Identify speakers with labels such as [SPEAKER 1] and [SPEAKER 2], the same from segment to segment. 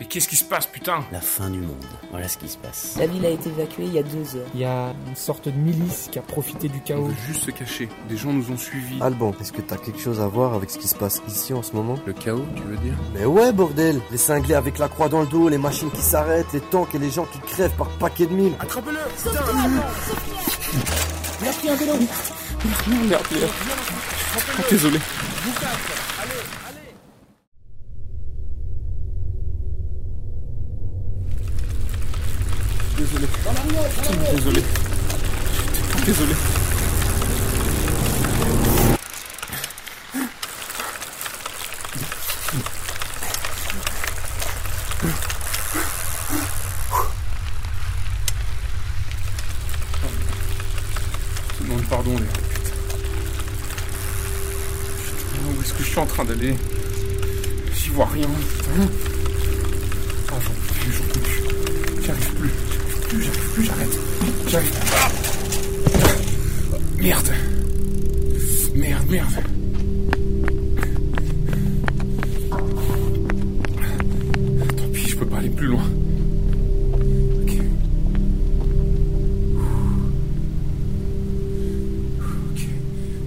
[SPEAKER 1] Mais qu'est-ce qui se passe, putain
[SPEAKER 2] La fin du monde. Voilà ce qui se passe.
[SPEAKER 3] La ville a été évacuée il y a deux heures.
[SPEAKER 4] Il y a une sorte de milice qui a profité du
[SPEAKER 1] On
[SPEAKER 4] chaos.
[SPEAKER 1] veut juste se cacher. Des gens nous ont
[SPEAKER 5] Ah.
[SPEAKER 1] suivis.
[SPEAKER 6] Alban, est-ce que t'as quelque chose à voir avec ce qui se passe ici en ce moment
[SPEAKER 1] Le chaos, tu veux dire
[SPEAKER 6] Mais ouais, bordel Les cinglés avec la croix dans le dos, les machines qui s'arrêtent, les tanks et les gens qui crèvent par paquets de
[SPEAKER 5] Ah,
[SPEAKER 6] mille.
[SPEAKER 1] Attrape-le Putain Oh,
[SPEAKER 4] Merde, Pierre. Désolé. Désolé. Putain, Désolé. Désolé.
[SPEAKER 1] Je te demande pardon, les gars. Putain. Putain, Ah, où est-ce que je suis en train d'aller J'y vois rien, putain. Ah, j'en peux plus, j'en peux plus. J'y arrive plus, j'arrive plus, j'arrive plus, j'arrête. J'arrive plus. Ah merde. Merde, merde. Tant pis, je peux pas aller plus loin. Ok. Ok.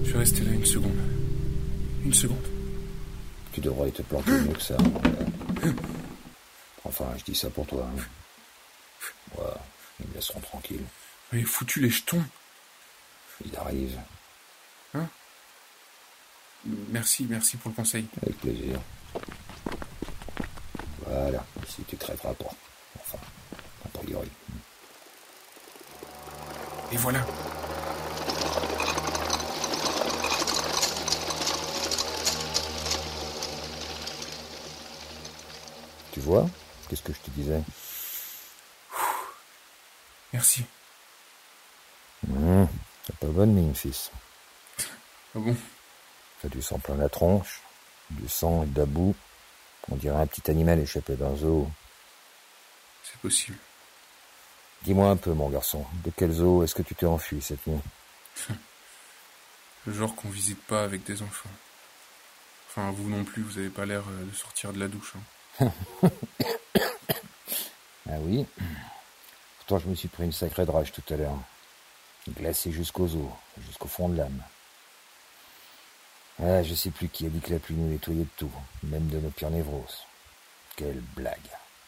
[SPEAKER 1] Je vais rester là une seconde. Une seconde.
[SPEAKER 2] Tu devrais te planter mieux que ça. Enfin, je dis ça pour toi. hein. Voilà, ils me laisseront tranquille.
[SPEAKER 1] Mais foutu les jetons.
[SPEAKER 2] Ils arrivent,
[SPEAKER 1] Merci, merci pour le conseil.
[SPEAKER 2] avec plaisir. Voilà, ici tu crèveras pas. Enfin, a priori.
[SPEAKER 1] Et voilà.
[SPEAKER 2] Tu vois Qu'est-ce que je te disais
[SPEAKER 1] Merci.
[SPEAKER 2] Hum, T'as pas bonne mine, fils.
[SPEAKER 1] Ah bon
[SPEAKER 2] T'as du sang plein la tronche, du sang et de la boue. On dirait un petit animal échappé d'un zoo.
[SPEAKER 1] C'est possible.
[SPEAKER 2] Dis-moi un peu, mon garçon, de quel zoo est-ce que tu t'es enfui cette nuit
[SPEAKER 1] Le genre qu'on visite pas avec des enfants. Enfin, vous non plus, vous avez pas l'air euh, de sortir de la douche. hein.
[SPEAKER 2] Ah oui Pourtant, je me suis pris une sacrée drage tout à l'heure. Glacée jusqu'aux os, jusqu'au fond de l'âme. Ah, je sais plus qui a dit que la pluie nous nettoyait de tout, même de nos pires névroses. Quelle blague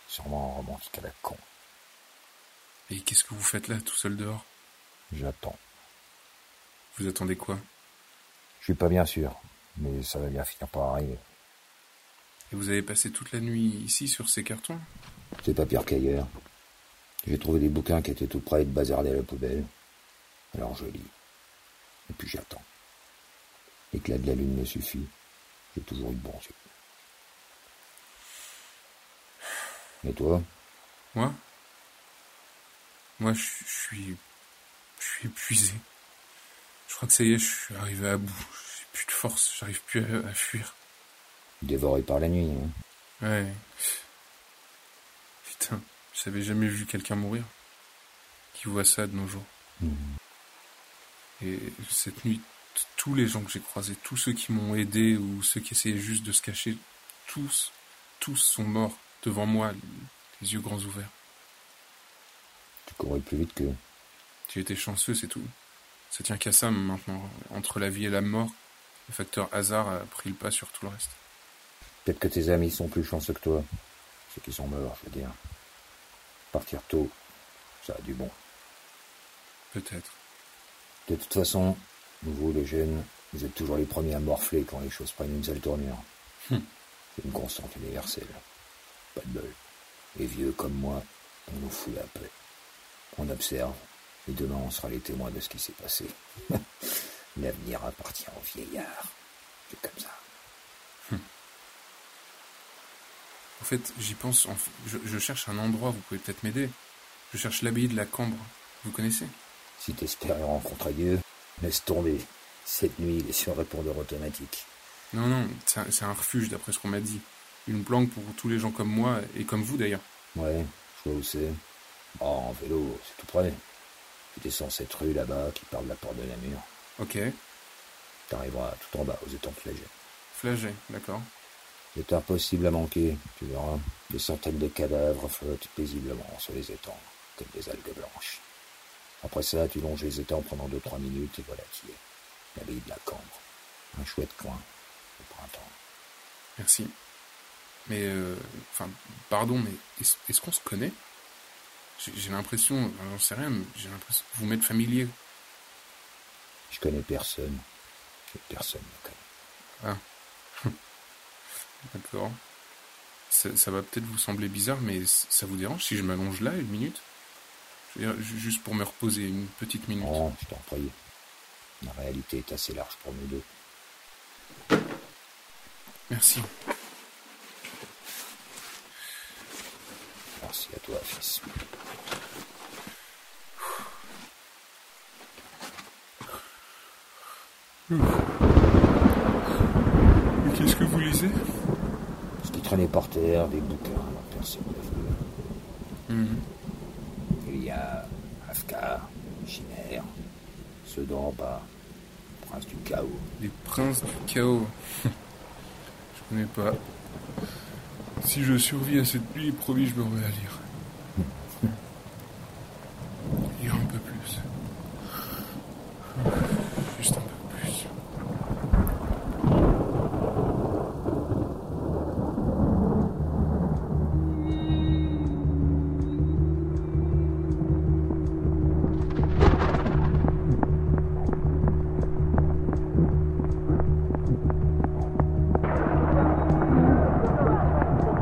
[SPEAKER 2] Sûrement un romantique à la con.
[SPEAKER 1] Et qu'est-ce que vous faites là, tout seul dehors
[SPEAKER 2] J'attends.
[SPEAKER 1] Vous attendez quoi
[SPEAKER 2] Je suis pas bien sûr, mais ça va bien finir par arriver.
[SPEAKER 1] Et vous avez passé toute la nuit ici sur ces cartons
[SPEAKER 2] C'est pas pire qu'ailleurs. J'ai trouvé des bouquins qui étaient tout près de bazarder à la poubelle. Alors je lis. Et puis j'attends. L'éclat de la lune me suffit. J'ai toujours eu de bons yeux. Et toi
[SPEAKER 1] Moi Moi, je je suis. Je suis épuisé. Je crois que ça y est, je suis arrivé à bout. J'ai plus de force, j'arrive plus à, à fuir.
[SPEAKER 2] Dévoré par la nuit, hein
[SPEAKER 1] Ouais. Putain, je savais jamais vu quelqu'un mourir. Qui voit ça de nos jours Et cette nuit, t- tous les gens que j'ai croisés, tous ceux qui m'ont aidé ou ceux qui essayaient juste de se cacher, tous, tous sont morts devant moi, les yeux grands ouverts.
[SPEAKER 2] Tu courais plus vite que...
[SPEAKER 1] J'ai été chanceux, c'est tout. Ça tient qu'à ça maintenant. Entre la vie et la mort, le facteur hasard a pris le pas sur tout le reste.
[SPEAKER 2] Peut-être que tes amis sont plus chanceux que toi. Ceux qui sont morts, je veux dire. Partir tôt, ça a du bon.
[SPEAKER 1] Peut-être.
[SPEAKER 2] De toute façon, vous, les jeunes, vous êtes toujours les premiers à morfler quand les choses prennent une sale tournure.
[SPEAKER 1] Hmm.
[SPEAKER 2] C'est une constante universelle. Pas de bol. Les vieux comme moi, on nous fout la paix. On observe, et demain on sera les témoins de ce qui s'est passé. L'avenir appartient aux vieillards. C'est comme ça.
[SPEAKER 1] En fait, j'y pense. en f- Je, je cherche un endroit, vous pouvez peut-être m'aider. Je cherche l'abbaye de la Cambre. Vous connaissez
[SPEAKER 2] Si t'espères rencontrer Dieu, laisse tomber. Cette nuit, il est sur répondeur automatique.
[SPEAKER 1] Non, non, c'est un- c'est un refuge d'après ce qu'on m'a dit. Une planque pour tous les gens comme moi, et comme vous d'ailleurs.
[SPEAKER 2] Ouais, je vois où c'est. Ah, en vélo, c'est tout près. Tu descends cette rue là-bas qui parle de la porte de Namur.
[SPEAKER 1] Ok,
[SPEAKER 2] T'arriveras tout en bas, aux étangs de Flagey.
[SPEAKER 1] flagé, d'accord.
[SPEAKER 2] C'est impossible à manquer, tu verras. Des centaines de cadavres flottent paisiblement sur les étangs, comme des algues blanches. Après ça, tu longes les étangs pendant deux, trois minutes et voilà qui est. La baie de la Cambre. Un chouette coin. Au printemps.
[SPEAKER 1] Merci. Mais, euh, enfin, pardon, mais est-ce est-ce qu'on se connaît J'ai j'ai l'impression, enfin, j'en sais rien, mais j'ai l'impression que vous m'êtes familier.
[SPEAKER 2] Je connais personne. Et Personne ne connaît.
[SPEAKER 1] D'accord. Ça, ça va peut-être vous sembler bizarre, mais c- ça vous dérange si je m'allonge là une minute Je veux dire, ju- Juste pour me reposer une petite minute.
[SPEAKER 2] Non, je t'en prie. La réalité est assez large pour nous deux.
[SPEAKER 1] Merci.
[SPEAKER 2] Merci à toi, fils.
[SPEAKER 1] Mais qu'est-ce que vous lisez
[SPEAKER 2] Ce qui traînait par terre, des bouquins, dont personne ne veut. Il y a Afkar, Chimère, ceux d'en bas, Prince du Chaos.
[SPEAKER 1] Les princes du chaos. je connais pas. Si je survis à cette nuit, promis, je me remets à lire. Lire un peu plus. Juste un peu plus.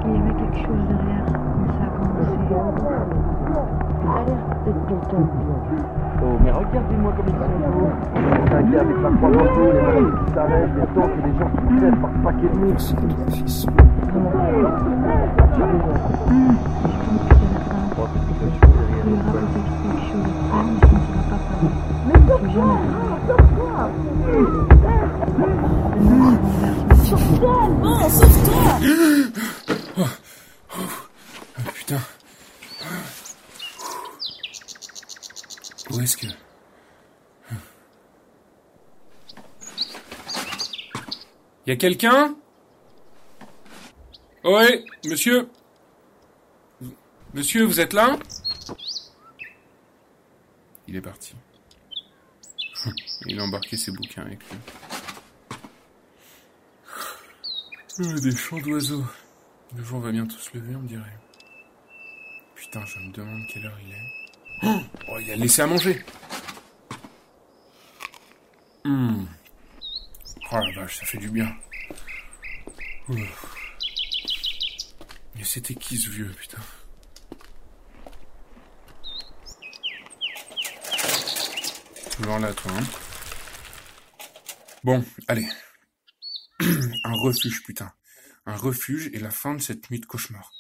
[SPEAKER 7] Il y avait quelque chose derrière quand ça a commencé.
[SPEAKER 8] Oh, mais regardez-moi comme ils sont beaux.
[SPEAKER 6] Les cinglés avec la croix dans le dos, les machines qui s'arrêtent, les tanks et les gens qui crèvent par paquets de mille.
[SPEAKER 2] Merci à toi, fils.
[SPEAKER 7] Il leur a peut-être quelque chose. Ah, mais je ne dirai pas quoi. Je jamais
[SPEAKER 1] Ah, putain. Où est-ce que. Y a quelqu'un Ouais, monsieur Monsieur, vous êtes là Il est parti. Il a embarqué ses bouquins avec lui. Euh, Des chants d'oiseaux. Le jour va bientôt se lever, on dirait. Putain, je me demande quelle heure il est. Oh, il a laissé à manger. Hmm. Oh la vache, ça fait du bien. Ouf. Mais c'était qui ce vieux, putain Toujours là, toi, hein Bon, allez. Un refuge, putain. Un refuge et la fin de cette nuit de cauchemar.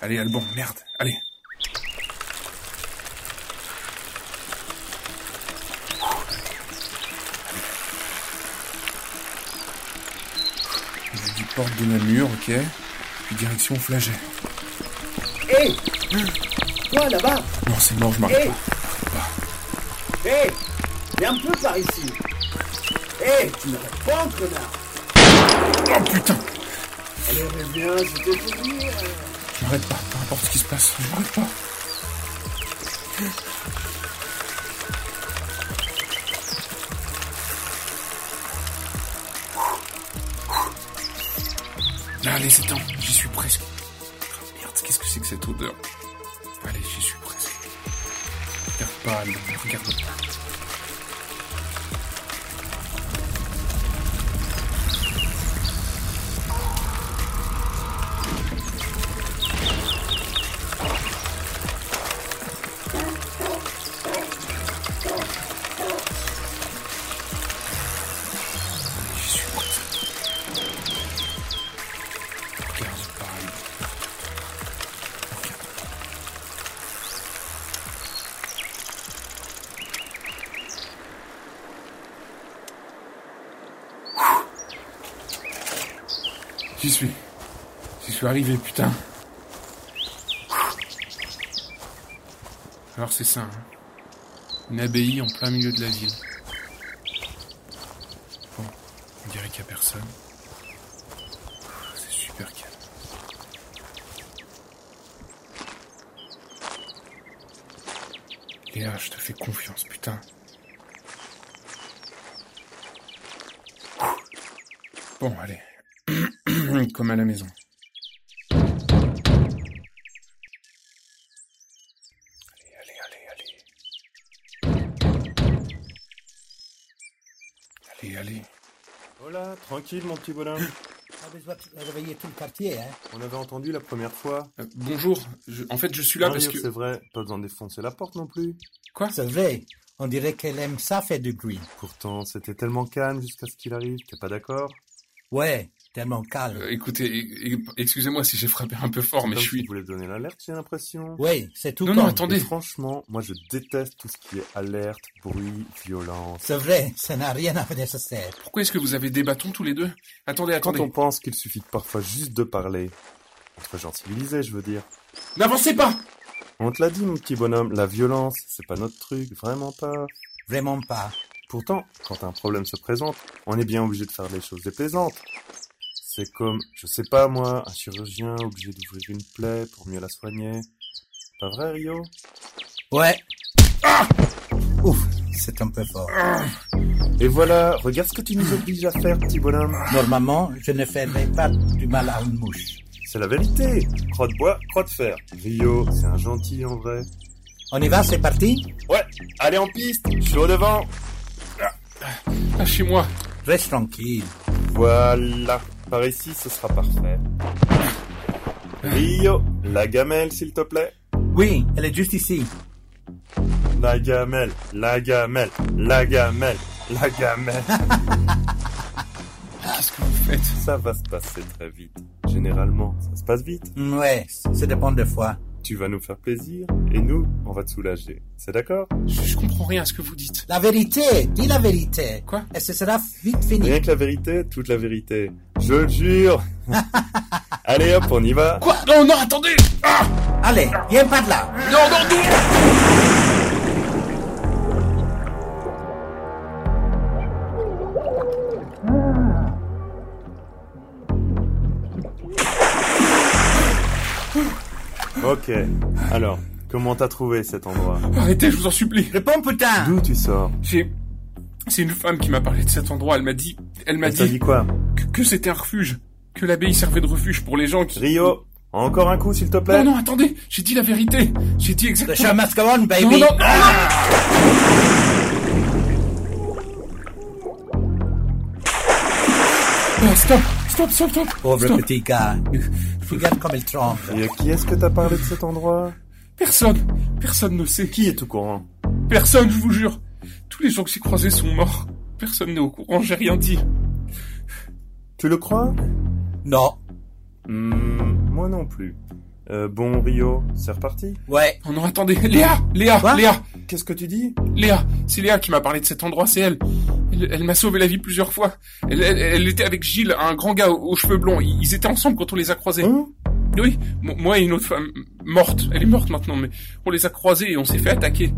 [SPEAKER 1] Allez, Alban, merde, allez. Je dis porte de Namur, ok. Puis direction Flaget.
[SPEAKER 8] Hé Toi, là-bas
[SPEAKER 1] Non, c'est mort, je
[SPEAKER 8] Hé
[SPEAKER 1] m'arrête.
[SPEAKER 8] Hé Viens un peu par ici Hé Tu n'arrêtes pas, connard
[SPEAKER 1] Oh putain
[SPEAKER 8] Allez, reviens, c'était pour dire
[SPEAKER 1] Je m'arrête pas, peu importe ce qui se passe, je m'arrête pas. Là, allez, c'est temps, j'y suis presque. Ah, Merde, qu'est-ce que c'est que cette odeur Allez, j'y suis presque. Regarde pas, Alban, regarde pas. J'y suis presque. Regarde pas, Alban. J'y suis. J'y suis arrivé, putain. Alors c'est ça, hein. Une abbaye en plein milieu de la ville. Bon, on dirait qu'il y a personne. Léa, je te fais confiance, putain. Bon, allez. Comme à la maison. Allez, allez, allez, allez. Allez, allez.
[SPEAKER 9] Voilà, tranquille mon petit bonhomme.
[SPEAKER 5] Pas besoin de réveiller tout le quartier, hein.
[SPEAKER 9] On avait entendu la première fois.
[SPEAKER 1] Euh, bonjour. Je- en fait, je suis là
[SPEAKER 9] Non,
[SPEAKER 1] parce
[SPEAKER 9] Yves,
[SPEAKER 1] que...
[SPEAKER 9] C'est vrai, pas besoin de défoncer la porte non plus.
[SPEAKER 1] Quoi
[SPEAKER 5] C'est vrai. On dirait qu'elle aime ça faire du bruit.
[SPEAKER 9] Pourtant, c'était tellement calme jusqu'à ce qu'il arrive. T'es pas d'accord
[SPEAKER 5] Ouais, tellement calme.
[SPEAKER 1] Euh, Écoutez, é- é- excusez-moi si j'ai frappé un peu fort, mais je
[SPEAKER 9] Comme si
[SPEAKER 1] suis...
[SPEAKER 9] tu voulais donner l'alerte, j'ai l'impression.
[SPEAKER 5] Ouais, c'est tout
[SPEAKER 1] Non, non,
[SPEAKER 5] calme.
[SPEAKER 1] attendez.
[SPEAKER 9] Et franchement, moi je déteste tout ce qui est alerte, bruit, violence.
[SPEAKER 5] C'est vrai, ça n'a rien à nécessaire.
[SPEAKER 1] Pourquoi est-ce que vous avez des bâtons tous les deux Attendez,
[SPEAKER 9] Quand
[SPEAKER 1] attendez.
[SPEAKER 9] on pense qu'il suffit parfois juste de parler, entre gens civilisés, je veux dire.
[SPEAKER 1] N'avancez pas
[SPEAKER 9] On te l'a dit, mon petit bonhomme, la violence, c'est pas notre truc, vraiment pas.
[SPEAKER 5] Vraiment pas.
[SPEAKER 9] Pourtant, quand un problème se présente, on est bien obligé de faire les choses déplaisantes. C'est comme, je sais pas moi, un chirurgien obligé d'ouvrir une plaie pour mieux la soigner. Pas vrai, Rio
[SPEAKER 5] Ouais. Ah Ouf, c'est un peu fort.
[SPEAKER 9] Et voilà, regarde ce que tu nous obliges à faire, petit bonhomme.
[SPEAKER 5] Normalement, je ne ferai pas du mal à une mouche.
[SPEAKER 9] C'est la vérité. Croix de bois, croix de fer. Rio, c'est un gentil en vrai.
[SPEAKER 5] On y va, c'est parti
[SPEAKER 9] Ouais, allez en piste, chaud devant.
[SPEAKER 1] Lâchez-moi
[SPEAKER 5] Reste tranquille.
[SPEAKER 9] Voilà, par ici, ce sera parfait. Rio, la gamelle, s'il te plaît.
[SPEAKER 5] Oui, elle est juste ici.
[SPEAKER 9] La gamelle, la gamelle, la gamelle, la gamelle.
[SPEAKER 1] Qu'est-ce Ah, que vous faites
[SPEAKER 9] Ça va se passer très vite. Généralement, ça se passe vite.
[SPEAKER 5] Mm, Ouais, ça dépend de fois.
[SPEAKER 9] Tu vas nous faire plaisir et nous, on va te soulager. C'est d'accord
[SPEAKER 1] je, je comprends rien à ce que vous dites.
[SPEAKER 5] La vérité, dis la vérité.
[SPEAKER 1] Quoi
[SPEAKER 5] Et ce sera vite fini.
[SPEAKER 9] Rien que la vérité, toute la vérité. Je le jure. Allez hop, on y va.
[SPEAKER 1] Quoi Non, non, attendez
[SPEAKER 5] Allez, viens par là.
[SPEAKER 1] Non, non, non
[SPEAKER 9] Ok. Alors, comment t'as trouvé cet endroit
[SPEAKER 1] Arrêtez, je vous en supplie
[SPEAKER 5] Réponds, putain.
[SPEAKER 9] D'où tu sors
[SPEAKER 1] J'ai... C'est une femme qui m'a parlé de cet endroit, elle m'a dit... Elle m'a
[SPEAKER 9] Elle t'a
[SPEAKER 1] dit
[SPEAKER 9] dit quoi
[SPEAKER 1] que, que c'était un refuge, que l'abbaye servait de refuge pour les gens qui...
[SPEAKER 9] Rio, encore un coup s'il te plaît
[SPEAKER 1] Non, non, attendez, j'ai dit la vérité J'ai dit
[SPEAKER 5] The
[SPEAKER 1] exactement...
[SPEAKER 5] show must go on,
[SPEAKER 1] Non,
[SPEAKER 5] baby.
[SPEAKER 1] non, non, non Ah, Stop, stop, stop, stop
[SPEAKER 5] Pauvre
[SPEAKER 1] Stop.
[SPEAKER 5] petit gars. Regarde comme il tremble.
[SPEAKER 9] Et à qui est-ce que t'as parlé de cet endroit
[SPEAKER 1] Personne, personne ne sait.
[SPEAKER 9] Qui est au courant
[SPEAKER 1] Personne, je vous jure. Tous les gens que j'ai croisés sont morts. Personne n'est au courant, j'ai rien dit.
[SPEAKER 9] Tu le crois
[SPEAKER 5] Non.
[SPEAKER 9] Hmm, Moi non plus. Euh, bon Rio, c'est reparti
[SPEAKER 5] Ouais.
[SPEAKER 1] Oh non, attendez, Léa, Léa,
[SPEAKER 5] Quoi
[SPEAKER 1] Léa,
[SPEAKER 9] Qu'est-ce que tu dis
[SPEAKER 1] Léa, c'est Léa qui m'a parlé de cet endroit, c'est elle. Elle, elle m'a sauvé la vie plusieurs fois. Elle, elle- elle était avec Gilles, un grand gars aux, aux cheveux blonds. Ils ils étaient ensemble quand on les a croisés.
[SPEAKER 9] Hein
[SPEAKER 1] Oui, mo- moi et une autre femme morte. Elle est morte maintenant, mais on les a croisés et on s'est fait attaquer.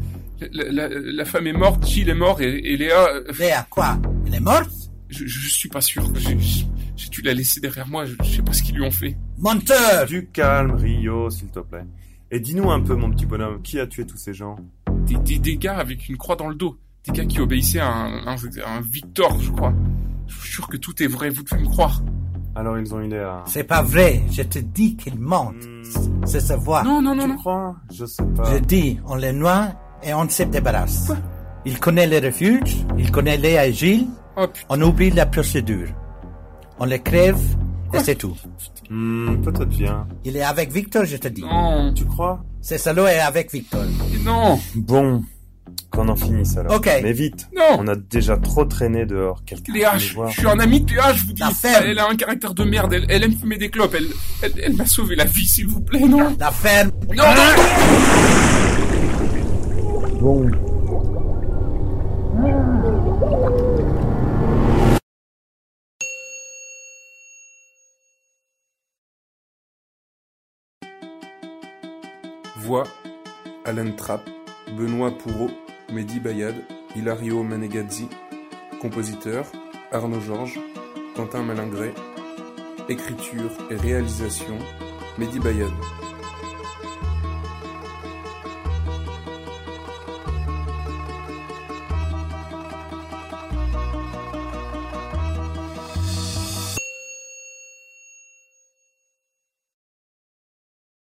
[SPEAKER 1] La, la- la femme est morte, Gilles est mort et, et Léa, euh,
[SPEAKER 5] Léa, quoi Elle est morte
[SPEAKER 1] je, je suis pas sûr. J'ai j'ai dû la laisser derrière moi. Je, je sais pas ce qu'ils lui ont fait.
[SPEAKER 5] Menteur
[SPEAKER 9] Ah, Du calme, Rio, s'il te plaît. Et dis-nous un peu, mon petit bonhomme, qui a tué tous ces gens
[SPEAKER 1] des, des, des gars avec une croix dans le dos. Des gars qui obéissaient à un, un, un Victor, je crois. Je suis sûr que tout est vrai, vous devez me croire.
[SPEAKER 9] Alors ils ont hein. eu l'air...
[SPEAKER 5] C'est pas vrai. Je te dis qu'il ment.
[SPEAKER 9] Hmm,
[SPEAKER 5] C'est sa voix.
[SPEAKER 1] Mm. Non, non, non,
[SPEAKER 9] tu
[SPEAKER 1] non.
[SPEAKER 9] crois Je sais pas.
[SPEAKER 5] Je dis, on les noie et on se débarrasse. Il connaît les refuges, il connaît Léa et Gilles,
[SPEAKER 1] Oh putain,
[SPEAKER 5] on oublie la procédure. On les crève et c'est tout.
[SPEAKER 9] Hmm, peut-être bien.
[SPEAKER 5] Il est avec Victor, je te dis.
[SPEAKER 1] non.
[SPEAKER 9] Tu crois
[SPEAKER 5] C'est salaud est avec Victor.
[SPEAKER 1] Non,
[SPEAKER 9] Bon, qu'on en finisse alors.
[SPEAKER 5] Ok.
[SPEAKER 9] Mais vite,
[SPEAKER 1] non.
[SPEAKER 9] on a déjà trop traîné dehors. Quelqu'un
[SPEAKER 1] Léa,
[SPEAKER 9] peut nous
[SPEAKER 1] je,
[SPEAKER 9] voir.
[SPEAKER 1] je suis un ami de Léa, je vous dis.
[SPEAKER 5] La ferme.
[SPEAKER 1] Elle, elle a un caractère de merde, elle, elle aime fumer des clopes, elle, elle, elle m'a sauvé la vie, s'il vous plaît, non.
[SPEAKER 5] La ferme,
[SPEAKER 1] Non, non,
[SPEAKER 4] Voix Alan Trapp, Benoît Pourreau, Mehdi Bayad, Hilario Menegazzi, compositeur Arnaud Georges, Quentin Malingré, écriture et réalisation Mehdi Bayad.